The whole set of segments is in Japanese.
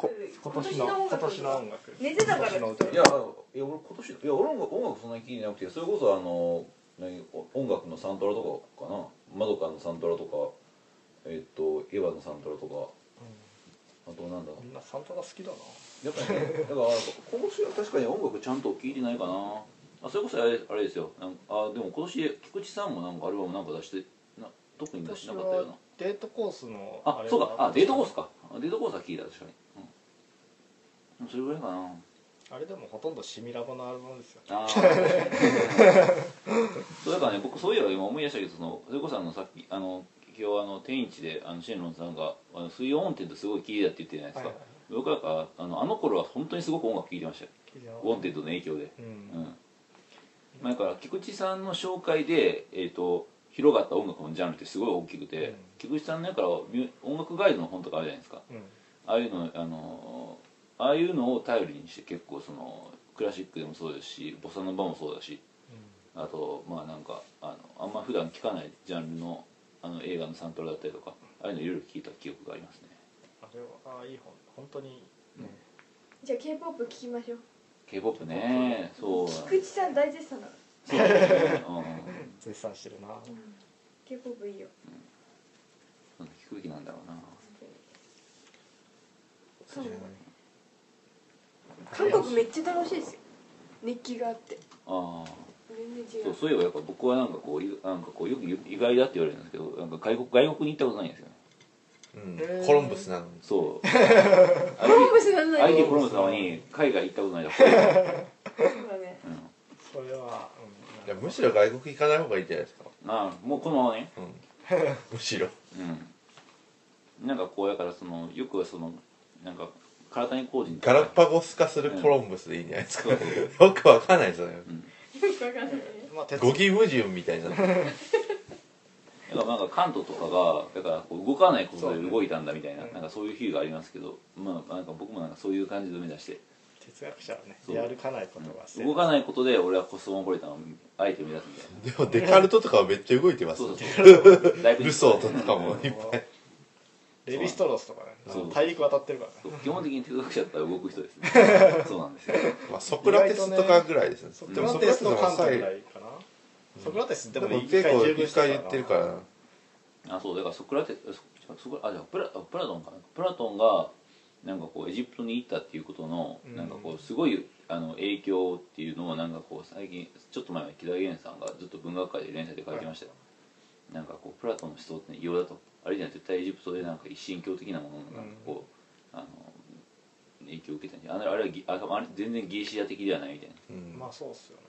今年の今年の音楽寝てたから今年の歌いやいや俺今年いや俺音楽音楽そんなに聴いてなくてそれこそあの何お音楽のサントラとかかなマドカのサントラとかえっとエヴァのサントラとかあとなんだみんなサントラ好きだなやっぱね、 だから今年は確かに音楽ちゃんと聴いてないかなあそれこそあれあれですよなんかあでも今年菊池さんもなんかアルバムなんか出してな特に出し私てなかったよはなデートコースのあれそうかあデートコースかあデートコースは聴いた確かに、うん、それぐらいかなあれでもほとんどシミラボのアルバムですよ ああそうだからね僕そういえば今思い出したけどそのそれこそあのさっきあの今日あの天一であのシェンロンさんが「あの水曜音程度すごい聴いてた」って言ってるじゃないですか、はいはい僕なんかあのあの頃は本当にすごく音楽聴いてましたよ聞いてなかった音程度の影響でううんんまあだから菊池さんの紹介で、えー、と広がった音楽のジャンルってすごい大きくて、うん菊池さんのだからミュ音楽ガイドの本とかあるじゃないですかうんああいうのあのああいうのを頼りにして結構そのクラシックでもそうですしボサノバもそうだしあとまあなんかあのあんま普段聞かないジャンルのあの映画のサントラだったりとかああいうのいろいろ聞いた記憶がありますねあれはああいい本本当にねじゃあ K-POP 聞きましょう k p o p ねそうなん菊池さん大絶賛だからそうなんですね、うん絶賛してるな K-POP いいよそんな聞くべきなんだろうなそうね韓国めっちゃ楽しいですよ熱気があってああ全然違そううそういえばやっぱ僕はなんかこういなんかこうよく意外だって言われるんですけどなんか外国外国に行ったことないんですよねうんへーコロンブスなのにそうコロンブスなんない IT よコロンブス様に海外行ったことない から、そうだねうん、それはいやむしろ外国行かない方がいいんじゃないですか、まあもうこのままね うん、むしろうんなんかこうやからそのよくはそのなんか体に工事にガラッパゴス化するコロンブスでいいんじゃないですか、うんよくわかんないですよねよくわかんないねうんまあ鉄語義矛盾みたいなだからなんか関東とかがだからこう動かないことで動いたんだみたいな,、そうねなんかそういう比喩がありますけどまあなんか僕もなんかそういう感じで目指して哲学者はねそうやるかないことが正動解かないことで俺はコスモポリタンをあえて目指すみたいなでもデカルトとかはめっちゃ動いてますそうよそうそうだいぶルソーとかもいっぱいレヴィストロースとかそうね大陸渡ってるからねそう基本的に哲学者だったら動く人です ねそうなんですよまあ、ソクラテスとかぐらいですねソでクもラソクテラステスのの関東関ぐら西いかなソクラテスででもも一結回構従軍一して回る言ってるからあそうだからソクラテスそそこあじゃあプラあプラトンかなプラトンがなんかこうエジプトに行ったっていうことのうんなんかこうすごいあの影響っていうのをなんかこう最近ちょっと前は木田源さんがずっと文学界で連載で書いてましたよ、なんかこうプラトンの思想って異様だとあれじゃない絶対エジプトでなんか一神教的なものがなんかこう、あの影響を受けたんじゃあれあれはギああれ全然ギリシア的ではないみたいなうんまあそうっすよね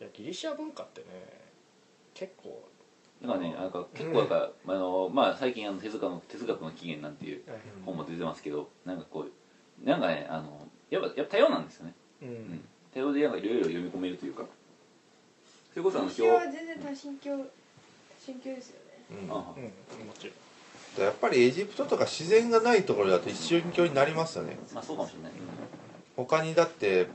いやギリシア文化ってね結構だからねなんか結構なんか、あのまあ、最近あの哲学の哲学の起源なんていううん本も出てますけどなんかこうなんかねあのやっぱやっぱ多様なんですよね、うん、うん多様でなんかいろいろ読み込めるというかそれこそあの私今は日全然多神教多神教ですよねうんあうん、もちろんやっぱりエジプトとか自然がないところだと一神教になりますよねまあそうかもしれない、他にだって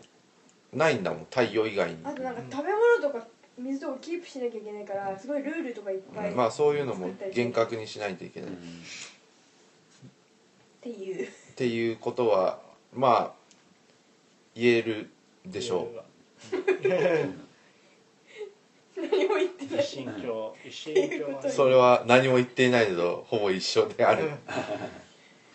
ないんだもん太陽以外にあとなんか食べ物とか水とかキープしなきゃいけないからすごいルールとかいっぱいまっあそういうのも厳格にしないといけない、うっんていう ていうことはまあ言えるでしょう何も言ってない一神教一神教 はねそれは何も言っていないのとほぼ一緒で ある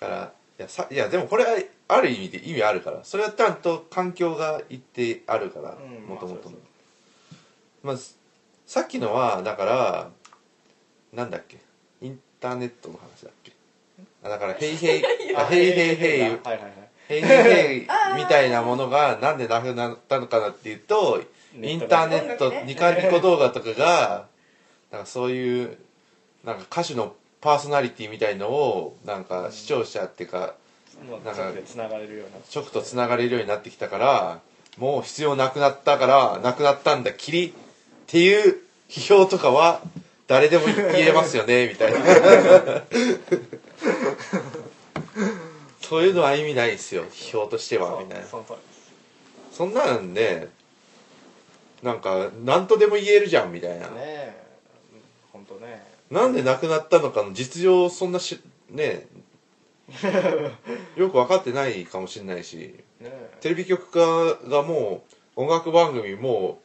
からいやさいやでもこれはある意味で意味あるからそれはちゃんと環境が言ってあるかうらんもともまあそとうそうまずさっきのはだからなんだっけインターネットの話だっけあだから「ヘイヘイ」あ「ヘイヘイヘイ」はいはいはいヘイヘイヘイみたいなもの がなんでなくなったのかなっていうとインターネットニカニコ動画とか がなんかそういうなんか歌手のパーソナリティみたいのをなんか視聴者っていうかもうなんか直でつながれるような直とつながれるようになってきたからもう必要なくなったからなくなったんだきりっていう批評とかは誰でも言えますよ ねみたいなそういうのは意味ないですよ批評としてはみたいなそうそうそんなんでなんか何とでも言えるじゃんみたいな、そうねえ本当ね なんで亡くなったのかの実情をそんなしねよく分かってないかもしれないしねテレビ局化がもう音楽番組も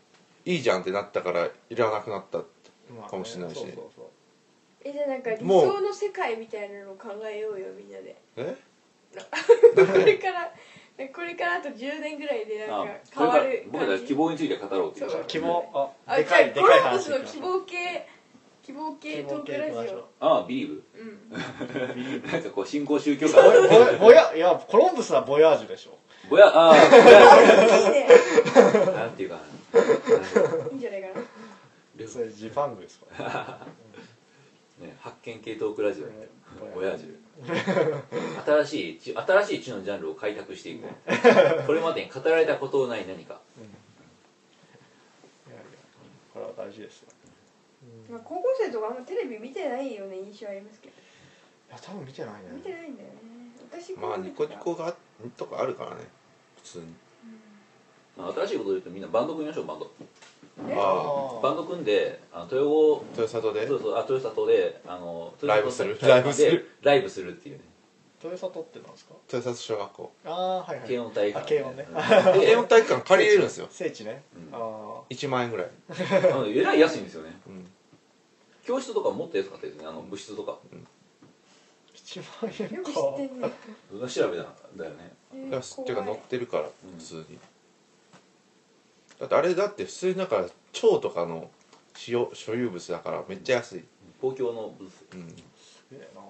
ういいじゃんってなったからいらなくなったってまあねかもしれないしそうそうそうえじゃあなんか理もう想の世界みたいなのを考えようよみんなでえこれからこれからあと10年ぐらいでなんか変わこる僕ら希望について語ろうっていうそう希望ああでかいじでゃあかいコロンブ話スの希望系希望系トークラジオああビリーブうん なんかこう新興宗教家ぼぼぼやいやコロンブスはボヤージュでしょ ぼやああいいねぼやなんていうかいいんじゃ ないかなルそれジパングですからね、発見系トークラジオみたいなぼや親父新しい知新しい知のジャンルを開拓していく これまでに語られたことのない何かいやいやこれは大事ですよまあ高校生とかあんまテレビ見てないような印象ありますけどいや多分見てないね見てないんだよね私まあニコニコ高校がとかあるからね普通にまあ新しいことで言うとみんなバンド組みましょうバンドえああバンド組んであの豊後豊里でそうそうあ豊里であのライブする豊里ライブするでライブするっていうね豊里ってなんですか豊里小学校ああはいは軽い音体育あ軽音ねうんで 慶応体育館借りれるんですよ聖地ねうんああ1万円ぐらい、あのえらい安いんですよねうん、教室とかもっと安かったですねあの部室とか1万円かよく知ってんね調べたんだよねえー安っていうか乗怖っいてるからん普通に、だってあれだって普通になんか蝶とかの使用所有物だからめっちゃ安い、公共のブースうん、すげえなっ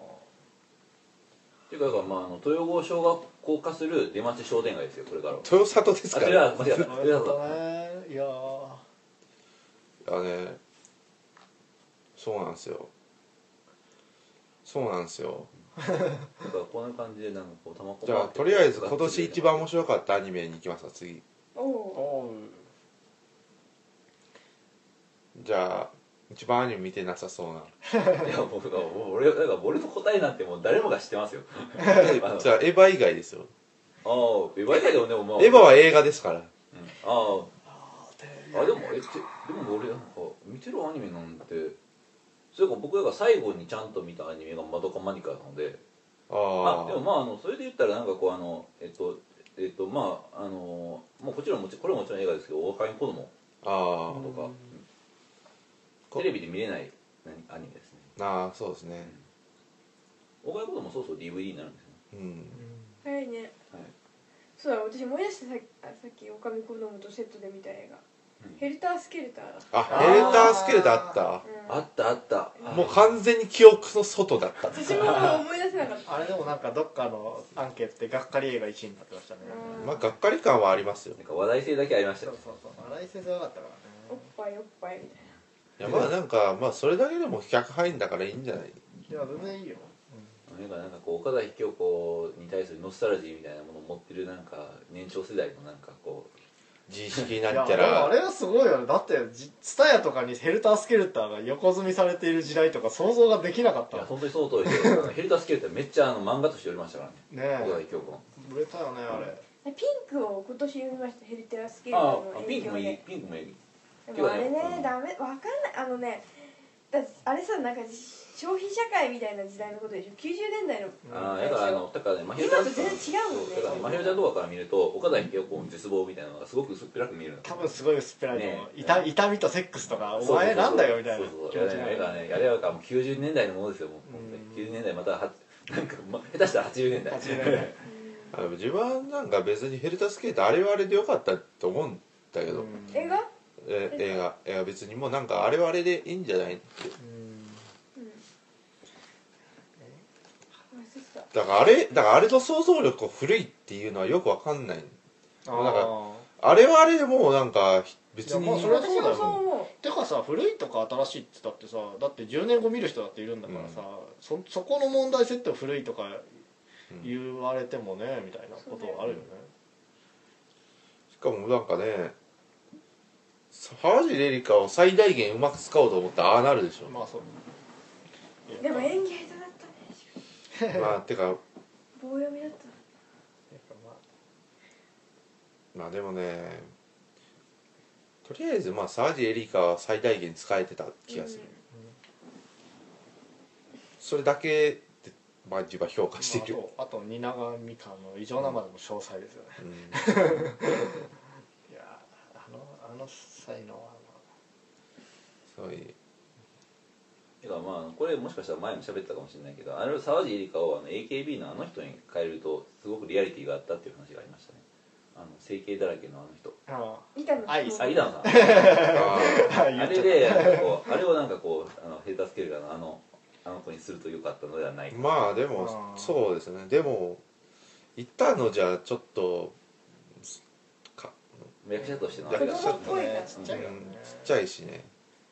ていうかだからまああの豊後小学校化する出町商店街ですよこれからは豊里ですあかれはら間違ったあそれやはっそうたねいやーあねそうなんですよそうなんですよだからこんな感じでなんかこう玉子じゃあとりあえず今年一番面白かったアニメに行きますか次おおおうじゃあ一番アニメ見てなさそうないや僕が俺だから俺の答えなんてもう誰もが知って ますよあのじゃあエヴァ以外ですよああエヴァ以外でもねまあエヴァは映画ですからうんああーテレビああでもえってでも俺なんか見てるアニメなんてそれか僕が最後にちゃんと見たアニメが「マドカマニカ」なのでああでもまああのそれで言ったらなんかこうあのえっとえっとまああのもうこちらももちこれももちろん映画ですけど「オオカミ子供あああとかうんテレビで見れない何アニメですねああそうですね「オオカミ子供もそうそう DVD になるんですようん早いねはいそうだ私思い出してさっきあさっきオカミ子供とセットで見た映画うんヘルタースケルターだああーヘルタースケルターあったうんあったあったもう完全に記憶の外だった私も思い出せなかったあれでもなんかどっかのアンケートでがっかり映画1位になってましたねうんまあがっかり感はありますよなんか話題性だけありましたそうよそうそう新井先生良かったからねおっぱいおっぱいみたいいやまあなんかまあそれだけでも100入んだからいいんじゃないいや全然いいよなんかなんかこう岡崎京子に対するノスタルジーみたいなものを持ってるなんか年長世代のなんかこ自意識いやなんちゃでもあられはすごいよねだってツタヤとかにヘルタースケルターが横積みされている時代とか想像ができなかっうたいやね本当にその通りで あのヘルタースケルターめっちゃあの漫画として売れましたからね岡え崎京子の売れたよねあなれピンクを今年読みましたヘルタースケルターあのあ影ピンク響もいいでピンクもいいでもあれうねんダメわかんないあのねだってあれさなんか消費社会みたいな時代のことでしょ90年代のああだからあのだからねまひろちゃん今と全然違うもんねだからまひろちゃんとかから見ると岡崎京子の絶望みたいなのがすごく薄っぺらく見えるの多分すごい薄っぺらいと思うねえ痛痛みとセックスとかそうおそうそう前なんだよみたいなそう気そう持ちいになやねあれるがねあれはかもう90年代のものですよもう本当に90年代またはなんか、ま、下手したら80年代80年代あ自分なんか別にヘルタースケルターあれはあれでよかったと思うんだけど、うん映画え映画映画別にもうなんかあれはあれでいいんじゃないってうんうん忘れてただからあれだからあれの想像力を古いっていうのはよくわかんないあもうなんかーあれはあれでもうなんか別にいやまあそれは私そうもだよそう思てかさ古いとか新しいって言ったってさだって10年後見る人だっているんだからさ、そそこの問題設定を古いとかうん言われてもね、みたいなことはあるよねしかもなんかね沢尻エリカを最大限うまく使おうと思ったらああなるでし ょまあそううでもやっぱ演技下手だったねまあてか棒読みだったやっぱままあでもねとりあえずまあ沢尻エリカは最大限使えてた気がする、うんそれだけでまあ自我評価している、まああとあ と蜷川美香の異常なまでも詳細ですよね、うんいやーあのあの才能はそういうてかまあこれもしかしたら前も喋ったかもしれないけどあの沢尻エリカをあの AKB のあの人に変えるとすごくリアリティがあったっていう話がありましたねあの整形だらけのあの人あの板の愛あ愛イダ ンさんあああれでなんかこうあれをなんかこうあのヘータースケールがあのあの子にすると良かったのではないーかまあでもあーそうですねでも一旦のじゃあちょっとか役者としてのあ子れが供ちょっっとぽいねからちっちゃいよねうんちっちゃいしね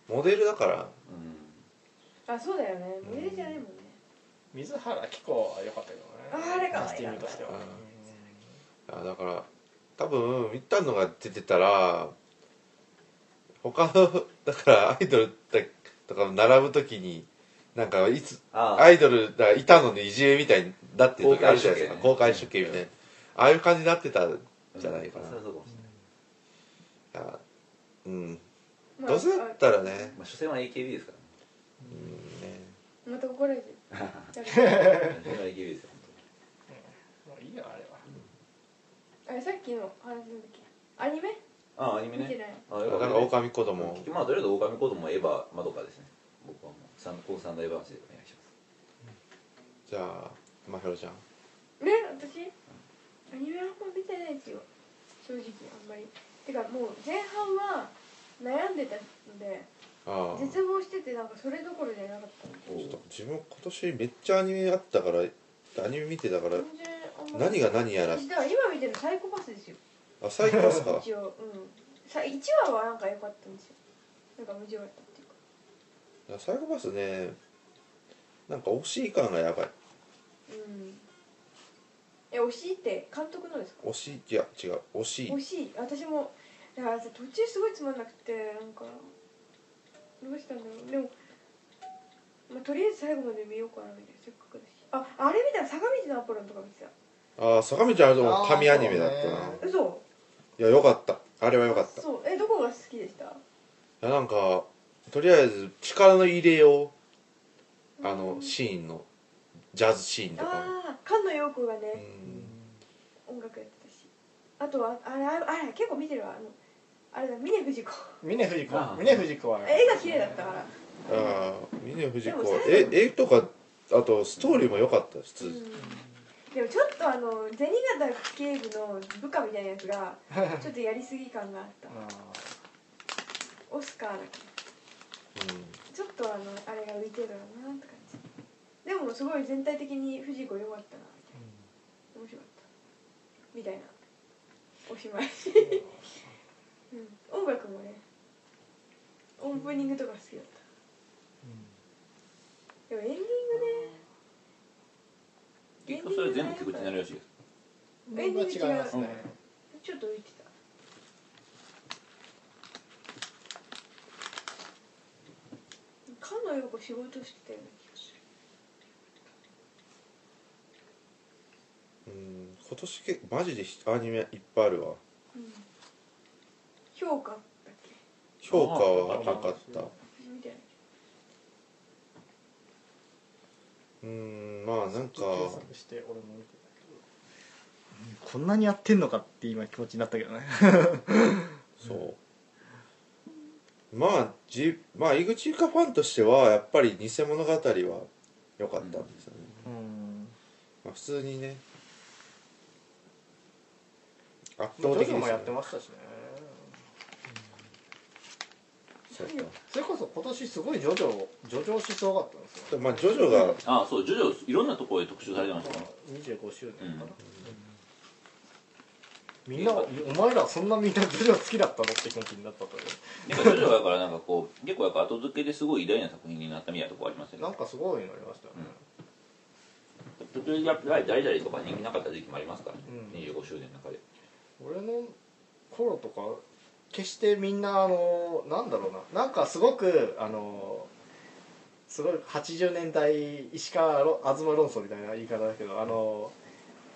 モデルだからあそうだよねモデルじゃないもんね水原希子は良かったけどねああれ可愛いなカスティングとしてはうんうんあだから多分一旦のが出てたら他の だからアイドルだとか並ぶときになんかいつああアイドルだいたのにいじめみたいになってる時あるじゃないですか公公開開処処刑ね刑みたいなああいう感じになってたんじゃないかなそれはそうかもしれないいやうんまあどうせだったらねまあ所詮は AKB ですかうんねあまた怒られて らねる所 詮は AKB ですよ本もういいよあれはあれさっきの話なんだっけアニメ当にああアニメ見てねないああだよかかっらたね狼子供結局まあとりあえず狼子供エヴァマドカですね僕はもう三この三大話でお願いしますじゃあまひろちゃんね私アニメあんま見てないですよ正直あんまりてかもう前半は悩んでたのでああ絶望しててなんかそれどころじゃなかったのおちょっうと自分今年めっちゃアニメあったからアニメ見てたから全然あんまり何が何やら私だから今見てるのサイコパスですよあ最近ですか一応うんさ1話はなんか良かったんですよなんか無情だったっていうかサイコパスねなんか惜しい感がやばいうんえ惜しいって監督のですか惜しいいや違う惜しい惜しい私もだからさ途中すごいつまんなくてなんかどうしたんだろうでも、まあ、とりあえず最後まで見ようかなみたいなせっかくだしああれ見たら坂道のアポロンとか見てたああ坂道あるのあー神アニメだったそうな、ね嘘いやよかったあれはよかったいそうえどこが好きでしたやなんかとりあえず力の入れようあうのんシーンのジャズシーンとかああ菅野陽子がうね、ん音楽やってたしあとはあれあれあれ結構見てるわあのあれだ峰不二子峰不二子ああ峰不二子は絵が綺麗だったからああ峰不二でも子最え後絵とかあとストーリーも良かった普通、でもちょっとあの銭形警部の部下みたいなやつがちょっとやりすぎ感があったあオスカーだっけちょっとあのあれが浮いてるだろうなって感じでもすごい全体的に藤子良かったなみたいな面白かったみたいなおしまい、うん、音楽もねオープニングとか好きだったでもエンディングね結局それ全部菊池になるらしいですうんうん、違いますね、ちょっと浮いてた菅野陽子仕事してたような気がするうん、うん、今年けマジでアニメいっぱいあるわうん評価だっけ評価はなかった私見てないうんまあなんか計算して俺も見てたけどうんこんなにやってんのかって今気持ちになったけどねそうまあじまあ井口ゆかファンとしてはやっぱり偽物語は良かったんですよね、うんまあ、普通にね圧ジ倒ョジ的ですョよもやっねてましたしねそうかそれこそ今年すごいジョジョジョジョしすごかったんですよでもまあジョジョがああそう徐々いろんなところで特集されてま したね25周年かな、うんみんながお前らそんなみんな徐々好きだったのって気持ちになったといなんか徐々だからなんかこう結構やっぱ後付けですごい偉大な作品になったみたいなとこありますうよなんねかすごいのありましたよね、途中でやっぱり誰々とか人気なかった時期もありますからね、うん25周年の中で俺の頃とか決してみんなあのなんだろうななんかすごくあのすごい80年代石川ろ東論争みたいな言い方だけどあの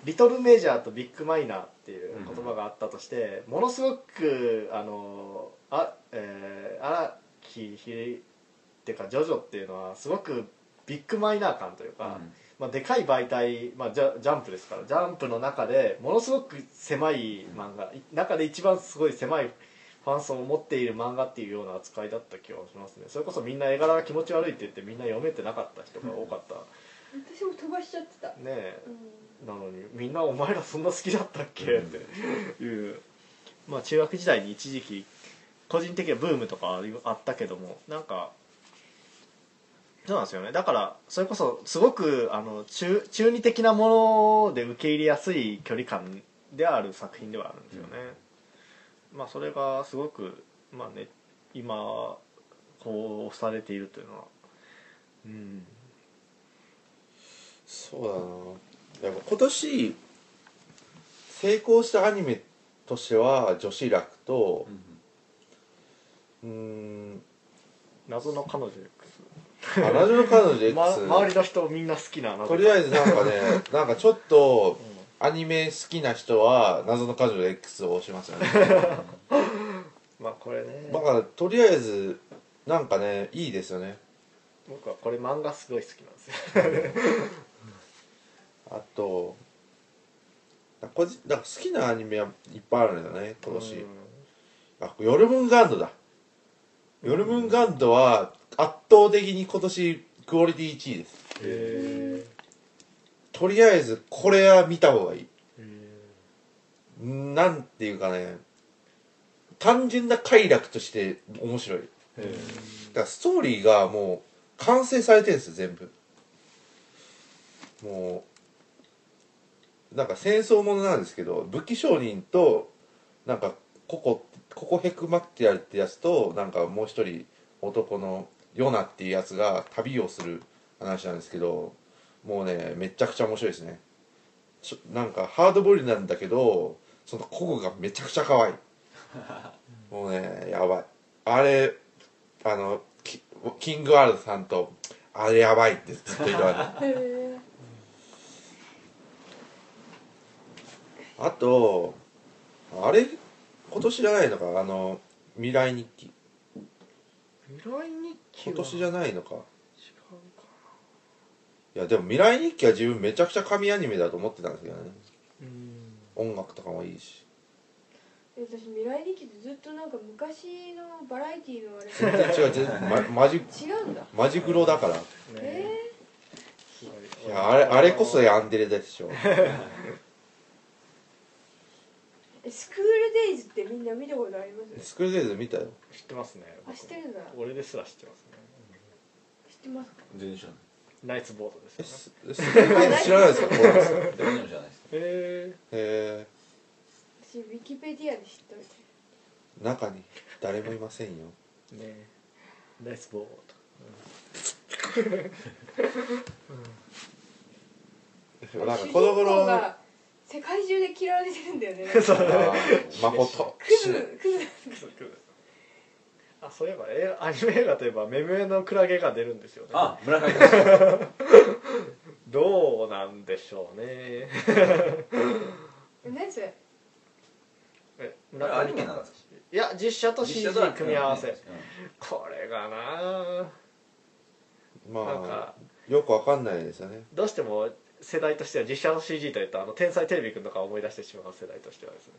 リトルメジャーとビッグマイナーっていう言葉があったとして、ものすごくあのあ、えー、荒木ひれっていうかジョジョっていうのはすごくビッグマイナー感というか、うまあ、でかい媒体、まあ、ジャジャンプですからジャンプの中でものすごく狭い漫画、中で一番すごい狭いファン層を持っている漫画っていうような扱いだった気はしますねそれこそみんな絵柄が気持ち悪いって言ってみんな読めてなかった人が多かった、私も飛ばしちゃってた、ねえうん、なのにみんなお前らそんな好きだったっけっていう、まあ中学時代に一時期個人的なブームとかありあったけどもなんかそうなんですよねだからそれこそすごくあの中中二的なもので受け入れやすい距離感である作品ではあるんですよね、まあそれがすごくまあね今こうされているというのはうんそうだなやっぱ今年成功したアニメとしては女子楽とうーん謎の彼女 X 「あラジオの彼女 X」 ま、周りの人みんな好きな謎とりあえずなんかね なんかちょっとうんアニメ好きな人は謎の彼女 X を推しますよねまあこれねだからとりあえずなんかねいいですよね僕はこれ漫画すごい好きなんですよあとだから個人だから好きなアニメはいっぱいあるんだよね今年、うんあヨルムンガンドだヨルムンガンドは圧倒的に今年クオリティ1位ですへとりあえずこれは見た方がいいえなんていうかね単純な快楽として面白いだからストーリーがもう完成されてるんですよ全部もうなんか戦争ものなんですけど武器商人となんかここここへくまってやるってやつとなんかもう一人男のヨナっていうやつが旅をする話なんですけどもうねめちゃくちゃ面白いですねちょなんかハードボイルなんだけどそのココがめちゃくちゃ可愛いもうねやばいあれあのキキングワールドさんと「あれやばい」ってずっと言われる あとあれ今年じゃないのかあの未来日記未来日記今年じゃゃないのか違うかいやでも未来日記は自分めちゃくちゃ神アニメだと思ってたんですけどねうん音楽とかもいいしえ私未来日記ってずっとなんか昔のバラエティーのあれ全然違う全 然まマジ違うんだマジグロだからねえすごいやあれあれこそヤンデレでしょー、えスクールデイズってみんな見たことありますスクールデイズ見 たよ知ってますねあ知ってるんだ知っ俺ですら知ってますねてますか全然知らないナイツボードですえよねススクールデイズ知らないですかコーラスさんへ全然知らないですへえ私ウィキペディアで知っておいて中に誰もいませんよえねナイツボード主なんかこの人公頃あが世界中で嫌われてるんだよね そうー誠クズクズ あそういえばえアニメ映画といえば「めめのクラゲ」が出るんですよねあ村上君どうなんでしょうね何それえれアニメなんですかいや実写 と CG 組み合わせ、うんこれがななんまかあよくわかんないですよねどうしても世代としては実写の CG といったあの天才テレビくんとかを思い出してしまう世代としてはですね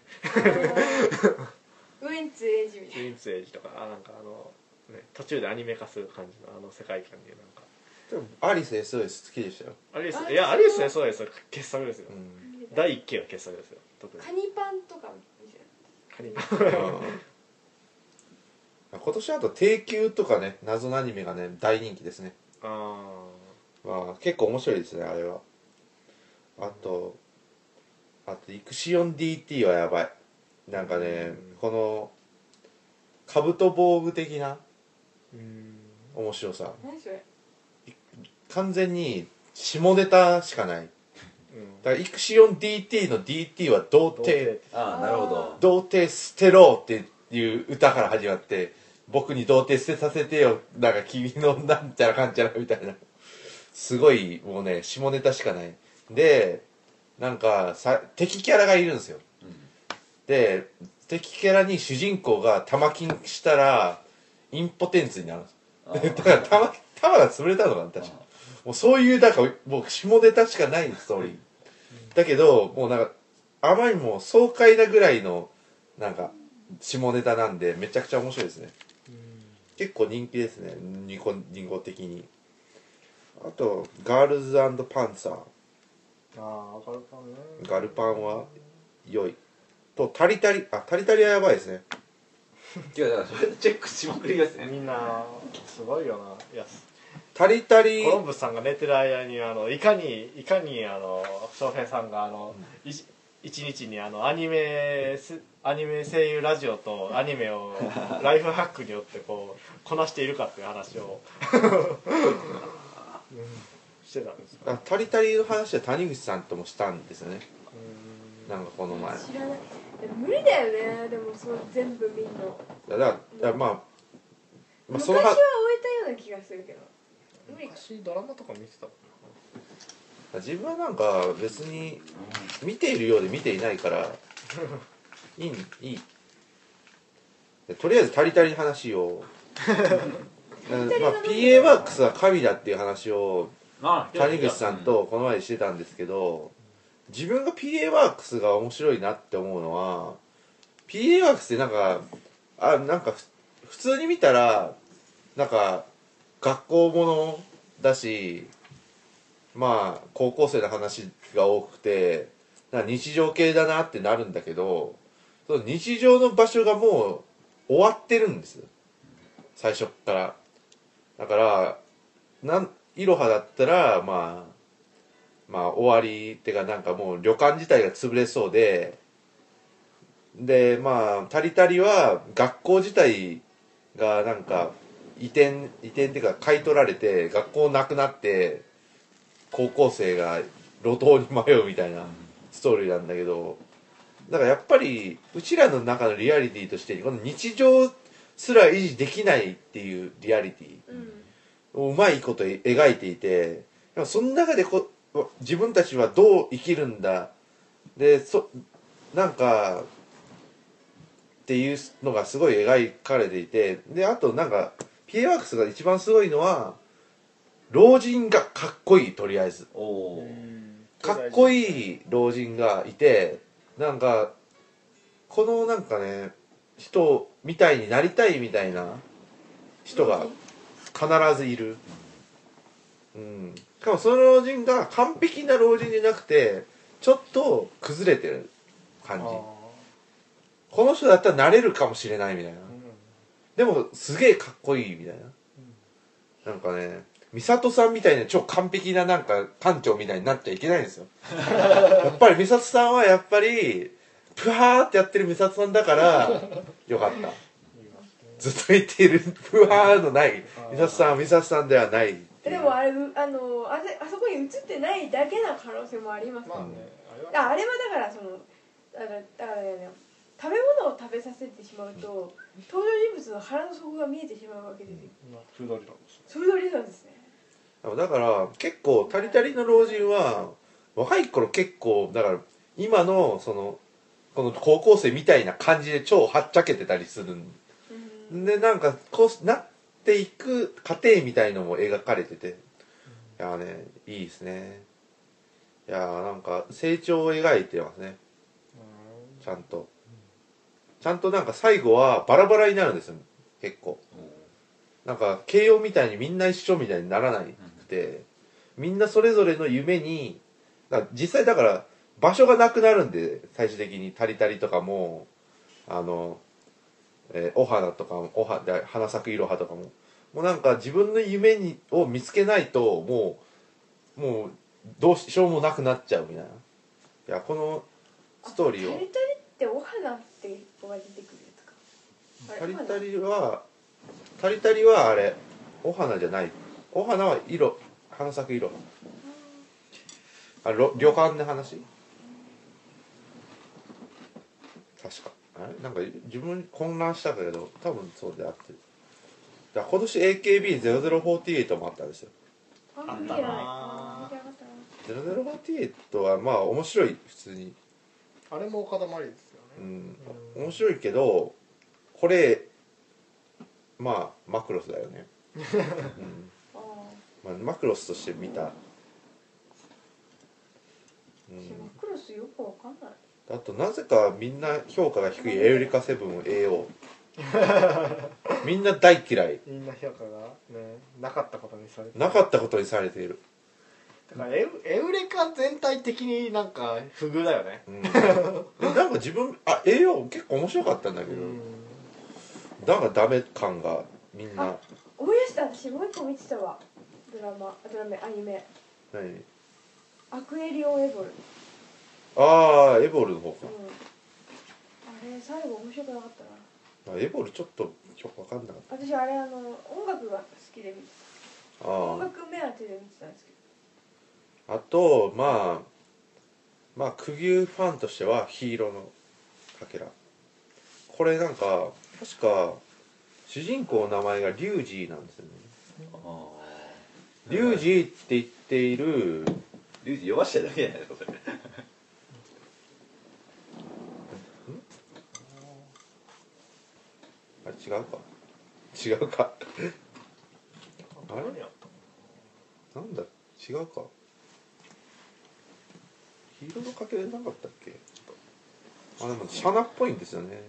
ウエンツエイジみたウいィンツエイジとかあなんかあの、ね、途中でアニメ化する感じのあの世界観でなんかでもアリス SOS 好きでしたよ、アリあスいやそうアリスねそうですよ傑作ですよ、 うん、な第一期は傑作ですよ特にカニパンとかみたいカニ うん今年あと「低級」とかね謎のアニメがね大人気ですねあまあ結構面白いですねあれはあとあと「イクシオン DT」はやばいなんかねうんこのカブト防具的なーうん面白さな何それ完全に下ネタしかないうんだから「イクシオン DT」の DT は童貞ああなるほど童貞捨てろっていう歌から始まって僕に童貞捨てさせてよなんか君のなんちゃらかんちゃらみたいなすごいもうね下ネタしかないでなんかさ敵キャラがいるんですよで敵キャラに主人公が玉金したらインポテンツになるんですあ だーからたまたまが潰れたのかな確かもうそういうだからもう下ネタしかないストーリーだけどもうなんかあまりにも爽快なぐらいのなんか下ネタなんでめちゃくちゃ面白いですね結構人気ですねニコニンゴ的にあとガールズパンツァーああガルパンねガルパンは良いとタリタリあタリタリはやばいですねいやだからそれチェックしまくりですねみんなすごいよないやタリタリコロンブスさんが寝てる間にあのいかにいかにあの翔平さんがあの、いち一日にあのアニメすアニメ声優ラジオとアニメをライフハックによってこうこなしているかっていう話 を、うんしてたんですよあタリタリの話は谷口さんともしたんですよねなんかこの前知らないでも無理だよねでもそう全部見んのだからだからまあ、まあ、昔そはの終はえたような気がするけど無理か昔ドラマとか見てたもん自分はなんか別に見ているようで見ていないからいいいいでとりあえず「タリタリ」の話をうんまあ、PA ワークスは神だっていう話をあー谷口さんとこの前してたんですけど自分が PA ワークスが面白いなって思うのは PA ワークスってなんかあなんかふ普通に見たらなんか学校ものだしまあ高校生の話が多くてなんか日常系だなってなるんだけどその日常の場所がもう終わってるんですよ最初っからだからなんいろはだったらまあまあ終わりってかなんかもう旅館自体が潰れそうででまあタリタリは学校自体がなんか移転移転っていうか買い取られて学校なくなって高校生が路頭に迷うみたいなストーリーなんだけどだからやっぱりうちらの中のリアリティとしてこの日常すら維持できないっていうリアリティうんうまいこと描いていてでもその中でこ自分たちはどう生きるんだでそなんかっていうのがすごい描かれていてであとなんか PA ワークスが一番すごいのは老人がかっこいいとりあえずおおーかっこいいい老人がいてなんかこのなんかね人みたいになりたいみたいな人が必ずいるうんしかもその老人が完璧な老人じゃなくてちょっと崩れてる感じこの人だったらなれるかもしれないみたいなでもすげえかっこいいみたいななんかね美里さんみたいな超完璧ななんか館長みたいになっちゃいけないんですよやっぱり美里さんはやっぱりプハーってやってる美里さんだからよかったずっと言っているプハーのない美里さんは美里さんではないってえいうでもあれうあのあせあそこに映ってないだけな可能性もありますまあよねね、あれはああれはだからそのあのだからね食べ物を食べさせてしまうと登場人物の腹の底が見えてしまうわけですよまあフード理論ですそれが理論ですねだから結構タリタリの老人は若い頃結構だから今のそのこの高校生みたいな感じで超はっちゃけてたりするうんんでなんかこうなっていく過程みたいのも描かれてていやーねいいですねいやーなんか成長を描いてますねちゃんとちゃんとなんか最後はバラバラになるんですよ結構なんか慶応みたいにみんな一緒みたいにならないくて、みんなそれぞれの夢にだから実際だから場所がなくなるんで最終的に「タリタリ」とかもあの、えーお花とかもおはだ花咲くいろはとかももうなんか自分の夢にを見つけないともうもうどうしようもなくなっちゃうみたいないやこのストーリータをリタリってお花って子が出てくるやつかタリあタれリはタリタリはあれお花じゃないお花は色花咲く色あろ旅館の話確かあれなんか自分混乱したけど多分そうであってるだから今年 AKB0048 もあったんですよ花ああ見ってたないなあ見てなかったな0048はまあ面白い普通にあれも岡田真理ですようねんうん面白いけどこれまあマクロスだよねあまあ、マクロスとして見た、うー私マん、クロスよくわかんないあとなぜかみんな評価が低いエウリカセブンを AO みんな大嫌いみんな評価がねなかったことにされてなかったことにされている、だからエウエウレカ全体的になんか不遇だよねうん、なんか自分あ AO 結構面白かったんだけうど、んだがダメ感がみんな思い出した私もう一個見てたわドラマあドラマアニメ何「アクエリオンエボル」ああエボルの方うかん、あれ最後面白くなかったなあエボルちょっとよく分かんなかっ私あれあの音楽が好きで見てたたあ音あ楽目当てで見てたんですけどあとまあまあ釘ファンとしてはヒーローのかけらこれなんか確か主人公の名前がリュウジーなんですよねリュウジーって言っているリュウジ読ましちゃダメじゃないですかそれあれ違うか違うかあれ何やったなんだ違うかヒーローのかけらなかったっけあでもシャナっぽいんですよね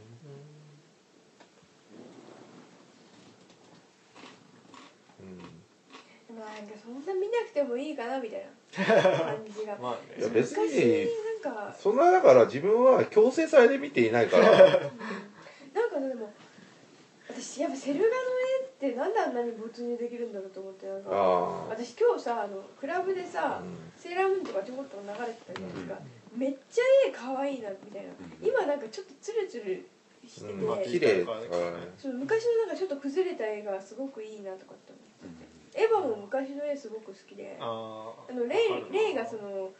うんでもなんかそんな見なくてもいいかなみたいな 感じがまあねいや別昔になんかそんなだから自分は強制されて見ていないから なんかねでも私やっぱセル画の絵ってなんであんなに没入できるんだろうと思ってなんかああ私今日さあのクラブでさ、うんセーラームーンとかちょこっと流れてたじゃないですか、めっちゃ絵可愛いなみたいなうん今なんかちょっとツルツルしてて、うんまあね綺麗だからそう昔のなんかちょっと崩れた絵がすごくいいなとかって思ってエヴァも昔の絵すごく好きでああーのレイわかるなレイがその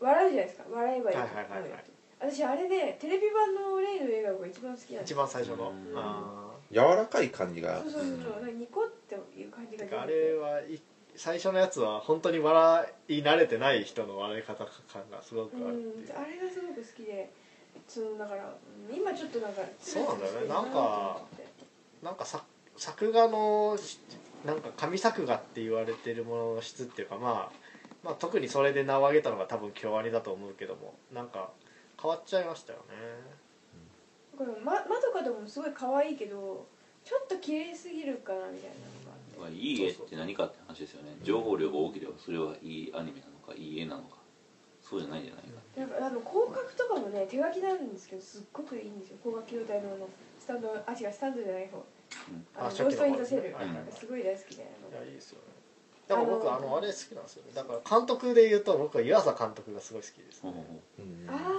笑うじゃないですか笑えばいい,、はいはいはいはい私あれでテレビ版のレイの映画が一番好きなんです一番最初のうんあ柔らかい感じがそうそうそうそうなんかニコっていう感じーが出ててかあれはい最初のやつは本当に笑い慣れてない人の笑い方感がすごくうんあるっていうあれがすごく好きでそのだからうん今ちょっとなんかそうなんだよねツルツルしてると思ってなんかさ作画のしなんか神作画って言われてるものの質っていうか、まあ、まあ特にそれで名を挙げたのが多分京アニだと思うけどもなんか変わっちゃいましたよねこれままとかでもすごい可愛いけどちょっと綺麗すぎるかなみたいなのがあってまあ、いい絵って何かって話ですよね情報量が多ければそれはいいアニメなのかいい絵なのかそうじゃないんじゃないかなんかあの広角とかもね手書きなんですけどすっごくいいんですよ広角用大のスタンドあ違うスタンドじゃない方うんあのあローストイントセルはいはいがすごい大好きでいやいいですよねだから僕ああののあれ好きなんですよねだから監督で言うと僕は湯浅監督がすごい好きですほうほうほうんあのあ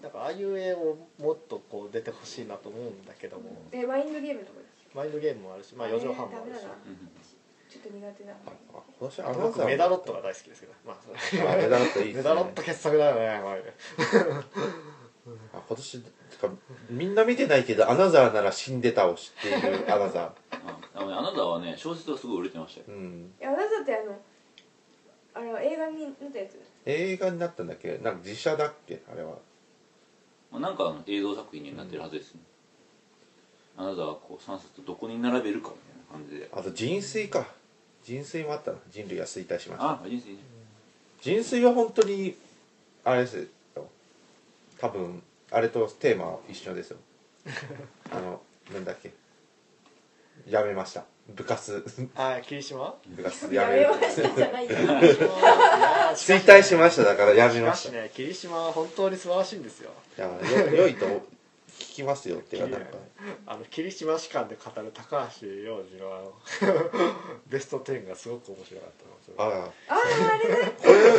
だからああいう絵をもっとこう出てほしいなと思うんだけどもあでマインドゲームのとかですマインドゲームもあるしまあ4畳半もあるえーダメだなしううんちょっと苦手なあ私あアナとザ僕ーメダロットが大好きですけどまあそれあメダロットいいですねメダロット傑作だよねマジであ今年てかみんな見てないけど「アナザー」なら死んでたを知っている「アナザああのねあなたはね小説がすごい売れてましたよー」うんいやあなたってあのあれは映画になったやつ映画になったんだっけなんか自社だっけあれはまあなんかあの映像作品になってるはずですね、あなたはこう3冊どこに並べるかみたいな感じであと人水か人水もあったな人類が衰退しましたあ人生ね人水は本当にあれですよ多分あれとテーマは一緒ですよあのなんだっけやめました部活あ霧島部活ややめめるましたじゃないよ衰退しましただからやめしまかししたね霧島は本当に素晴らしいんですよいやよ良いと聞きますよっていうかなんかあの霧島士官で語る高橋洋次のあ のベスト10がすごく面白かったのああああれ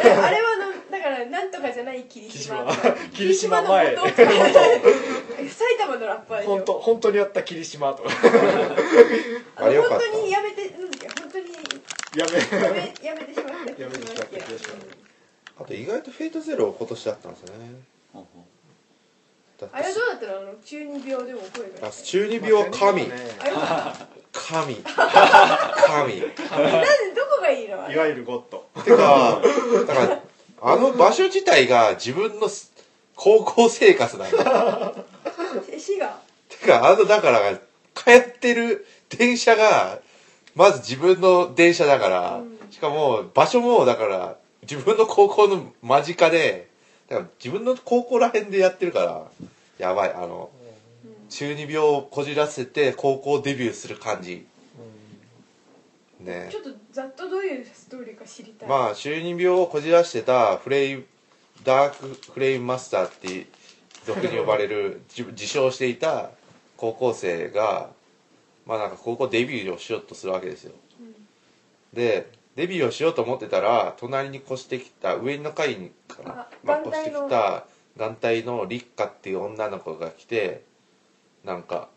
だあれはのだからなんとかじゃない霧島とか霧島前霧島の元々埼玉のラッパーそでしょれ本当本当にやった霧島とかああれよか本った当にやめてなんだっけ本当に ややべめやめてしまったやめてしまったやめてしまっやめてしまったあと意外と「フェイトゼロ」今年だったんですよねほうほだっあれはどてうだったのあの中二病でも声があ中二病は神まあねあれは神神なんでどこがいいのあいれわゆるゴッドてかだからあの場所自体が自分のす高校生活なんだ死がてかあのだから帰ってる電車がまず自分の電車だから、うんしかも場所もだから自分の高校の間近でだから自分の高校ら辺でやってるからやばいあのうん中二病をこじらせて高校デビューする感じねちょっとざっとどういうストーリーか知りたい、まあ中二病をこじらしてたフレイダークフレイムマスターって俗に呼ば れる自自称していた高校生がまあなんか高校デビューをしようとするわけですようんでデビューをしようと思ってたら隣に越してきた上の階にかなあまあ、眼越し帯てのきた眼帯の立花っていう女の子が来てなんか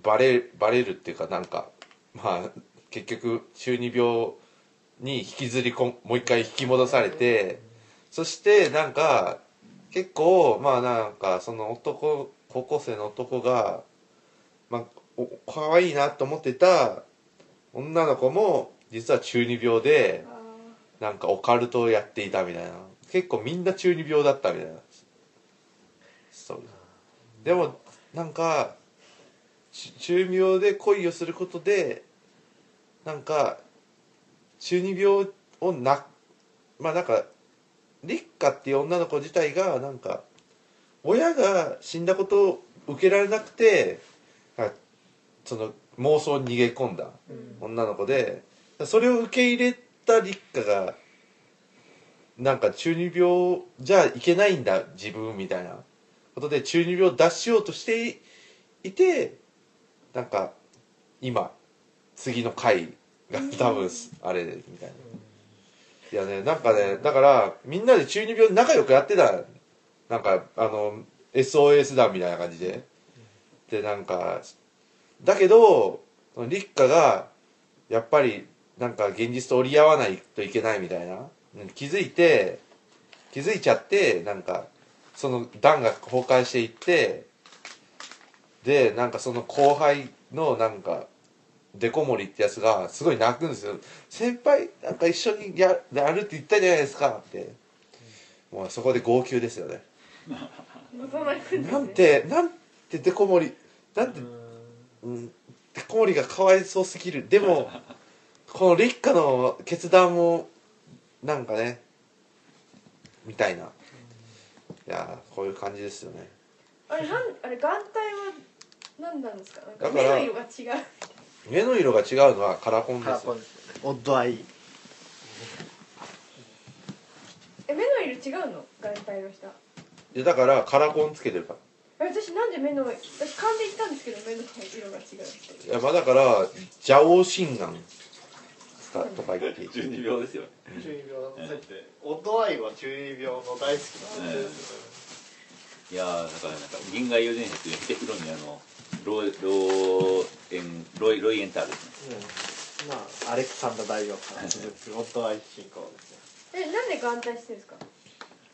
バレバレるっていうかなんかまあ結局中二病に引きずりこんもう一回引き戻されてそしてなんか結構まあなんかその男高校生の男がまあお可愛いなと思ってた女の子も実は中二病であなんかオカルトをやっていたみたいな結構みんな中二病だったみたいなそうでもなんかち中二病で恋をすることでなんか中二病をなまあなんか立花っていう女の子自体がなんか親が死んだことを受けられなくてなんかその妄想に逃げ込んだ女の子でそれを受け入れた立花がなんか中二病じゃいけないんだ自分みたいなことで中二病を脱しようとしていてなんか今次の回が多分すあれでみたいないやねなんかねだからみんなで中二病仲良くやってたなんかあの SOS 団みたいな感じででなんかだけどその立花がやっぱりなんか現実と折り合わないといけないみたいな気づいて気づいちゃってなんかその段が崩壊していってでなんかその後輩のなんかデコモリってやつがすごい泣くんですよ「先輩なんか一緒にややるって言ったじゃないですか」ってもうそこで号泣ですよねー望まれるですねなんてなんてデコモリなんてうん、コーリがかわいそうすぎるでもこの立花の決断もなんかねみたいないやーこういう感じですよねあれなんあれ眼帯は何なんですかなんかだか目らの色が違う目の色が違うのはカラコンですよオッドアイえ目の色違うの眼帯の人いやだからカラコンつけてるかえ私なんで目の私勘で言ったんですけど目の色が違うってらいやまあだから邪王心眼とか言って12秒ですよね中二病の設定オッドアイは中二病の大好きな設定ですよねいやーだからなんか銀河幼伝説っていうのにあのローローエンロイロイエンターですうねんまあ、アレクサンダー大王から続くオッドアイ進行ですね。えなんで眼帯してるんですか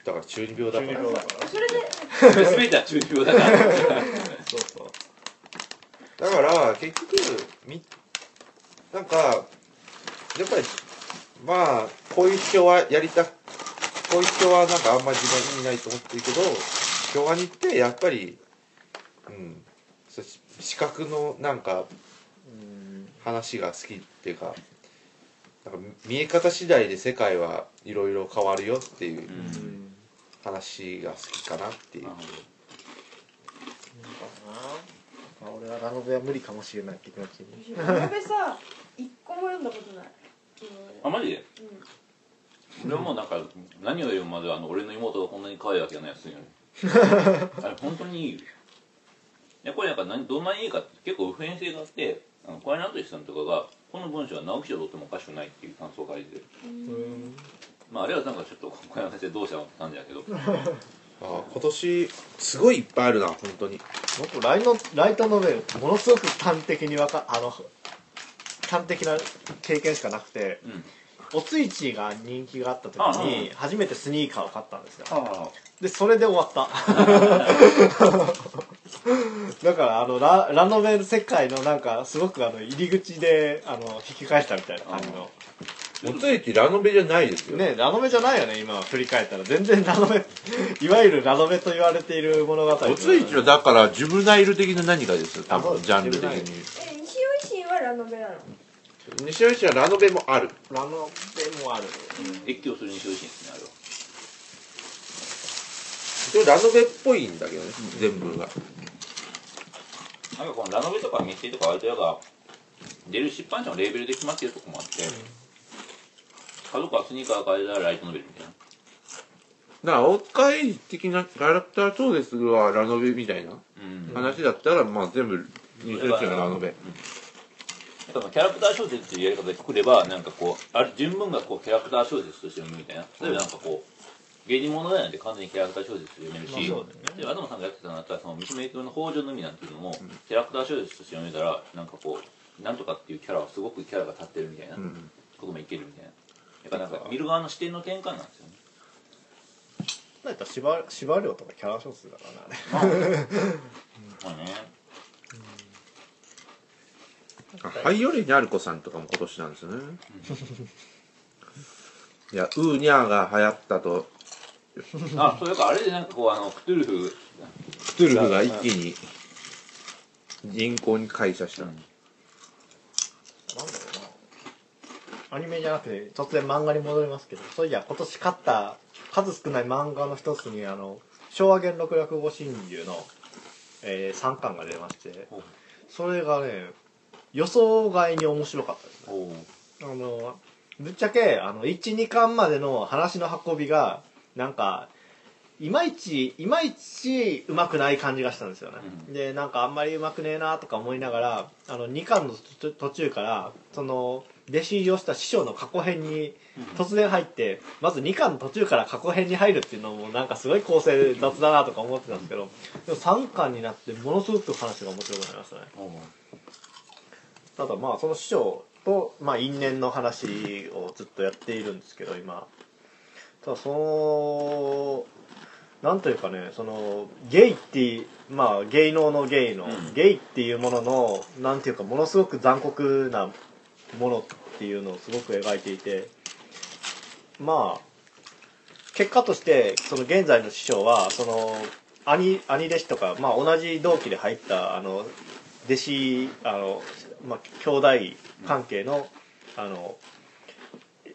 だから中二病だか中ら二病それで 全ては中二病 だからそうそう。だから結局みなんかやっぱりまあこういう人はやりたこういう人はなんかあんまり自分にないと思ってるけど共和に行ってやっぱりうんそし視覚のなんかうん。話が好きっていうかなんか見え方次第で世界はいろいろ変わるよっていううん話が好きかなっていう、なるほまあ、俺はラノベは無理かもしれないって気持ちに。ラノベさ一個も読んだことない今どあまマジででうん俺もなんか何を言うまではあの俺の妹がこんなに可愛いわけがないやつにあれ本当にいいよいやこれなんか何どんなにいいかって結構普遍性があってあの小柳直人さんとかがこの文章は直木賞取ってもおかしくないっていう感想を書いててうん。まああれはなんかちょっと小柳先生どうしたのって感じだけどああ今年すごいいっぱいあるな本当に僕ライのライトノベルものすごく端的にわかあの端的な経験しかなくて、うんおついちが人気があった時あうんに初めてスニーカーを買ったんですよ。あでそれで終わ っただからあのララノベの世界のなんかすごくあの入り口であの引き返したみたいな感じのおつゆきラノベじゃないですよねラノベじゃないよね今振り返ったら全然ラノベいわゆるラノベと言われている物語おついちはだからジュブナイル的な何かですよ多あそう分ですジャンル的にえ西尾維新はラノベなの西尾市はラノベもあるラノベもある、越境する西尾維新ですねあれはでもラノベっぽいんだけどね全部がなんかこのラノベとかミステリとか割とやが出る出版社のレーベルで決まってるとこもあって、角川スニーカーが変えたらライトノベルみたいなだから、おかい的なキャラクター超ですはラノベみたいなうんなんか話だったら、まあ全部、西尾市のラノベ。そのキャラクター小説っていうやり方でくくればなんかこうある純文がこうキャラクター小説として読むみたいな例えばなんかこう芸人物語なんて完全にキャラクター小説として読めるし、まあそうだよねでアダムさんがやってたのだったらその三明教の北条の海なんていうのも、キャラクター小説として読めたらなんかこうなんとかっていうキャラはすごくキャラが立ってるみたいな、うん。こともいけるみたいなやっぱなんか見る側の視点の転換なんですよねなんか芝芝涼とかキャラ小説だからなあれまあまあねあハイオレニャルコさんとかも今年なんですよね。 いや、ウーニャーが流行ったと、あそういえばあれでなんかこうあのクトゥルフクトゥルフが一気に人口に開鎖した。なんだろうなアニメじゃなくて突然漫画に戻りますけどそういや今年買った数少ない漫画の一つにあの昭和元禄落語真珠の、え3巻が出ましてほうそれがね予想外に面白かったですねおうあのぶっちゃけあの12巻までの話の運びがなんかいまいちいまいちうまくない感じがしたんですよね、うんでなんかあんまりうまくねえなとか思いながらあの2巻の途途中からその弟子入りをした師匠の過去編に突然入ってまず2巻の途中から過去編に入るっていうのもなんかすごい構成で雑だなとか思ってたんですけどでも3巻になってものすごく話が面白くなりましたねおうただまあその師匠と、まあ、因縁の話をずっとやっているんですけど今ただそのなんというかねそのゲイっていうまあ芸能のゲイの、うんゲイっていうもののなんていうかものすごく残酷なものっていうのをすごく描いていてまあ結果としてその現在の師匠はその兄兄弟子とか、まあ、同じ同期で入ったあの弟子あの、まあ、兄弟関係の,、あの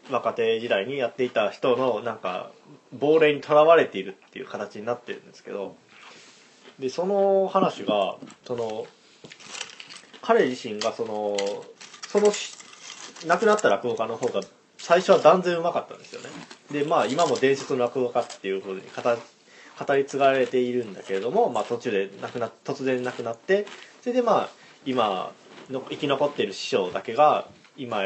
若手時代にやっていた人のなんか亡霊にとらわれているっていう形になってるんですけどでその話がその彼自身がそのそのし亡くなった落語家の方が最初は断然うまかったんですよね。でまあ今も伝説の落語家っていうふうに語語り継がれているんだけれども、まあ、途中で亡くな突然亡くなってそれでまあ今の生き残っている師匠だけが今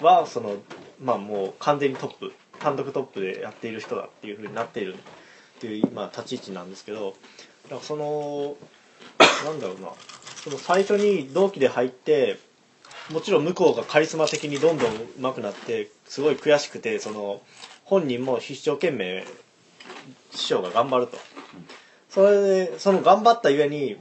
はそのまあもう完全にトップ単独トップでやっている人だっていうふうになっているっていう今立ち位置なんですけどだからそのなんだろうなその最初に同期で入ってもちろん向こうがカリスマ的にどんどん上手くなってすごい悔しくてその本人も一生懸命師匠が頑張るとそれでその頑張ったゆえに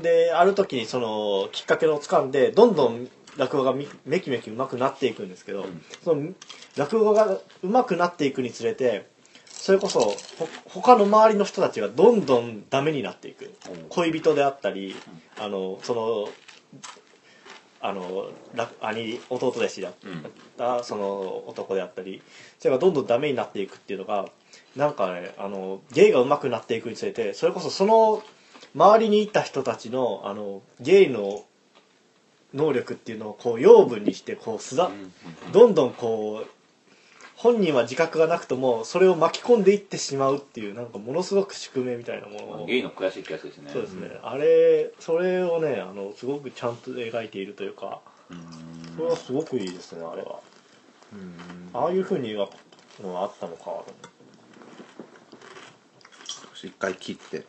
である時にそのきっかけをつかんでどんどん落語がみめきめき上手くなっていくんですけど、んその落語が上手くなっていくにつれてそれこそほ他の周りの人たちがどんどんダメになっていくうん恋人であったりあのそのあのら兄弟弟子だっうんたその男であったりそれがどんどんダメになっていくっていうのがなんかねあの芸が上手くなっていくにつれてそれこそその周りにいた人たちのあの芸の能力っていうのをこう養分にしてこうすだうんどんどんこう本人は自覚がなくともそれを巻き込んでいってしまうっていうなんかものすごく宿命みたいなものまあをゲイの悔しいってやつですねそうですね、あれそれをねあのすごくちゃんと描いているというかうんそれはすごくいいですねあれはああいうふうに描くのがあったのかと思って一回切って。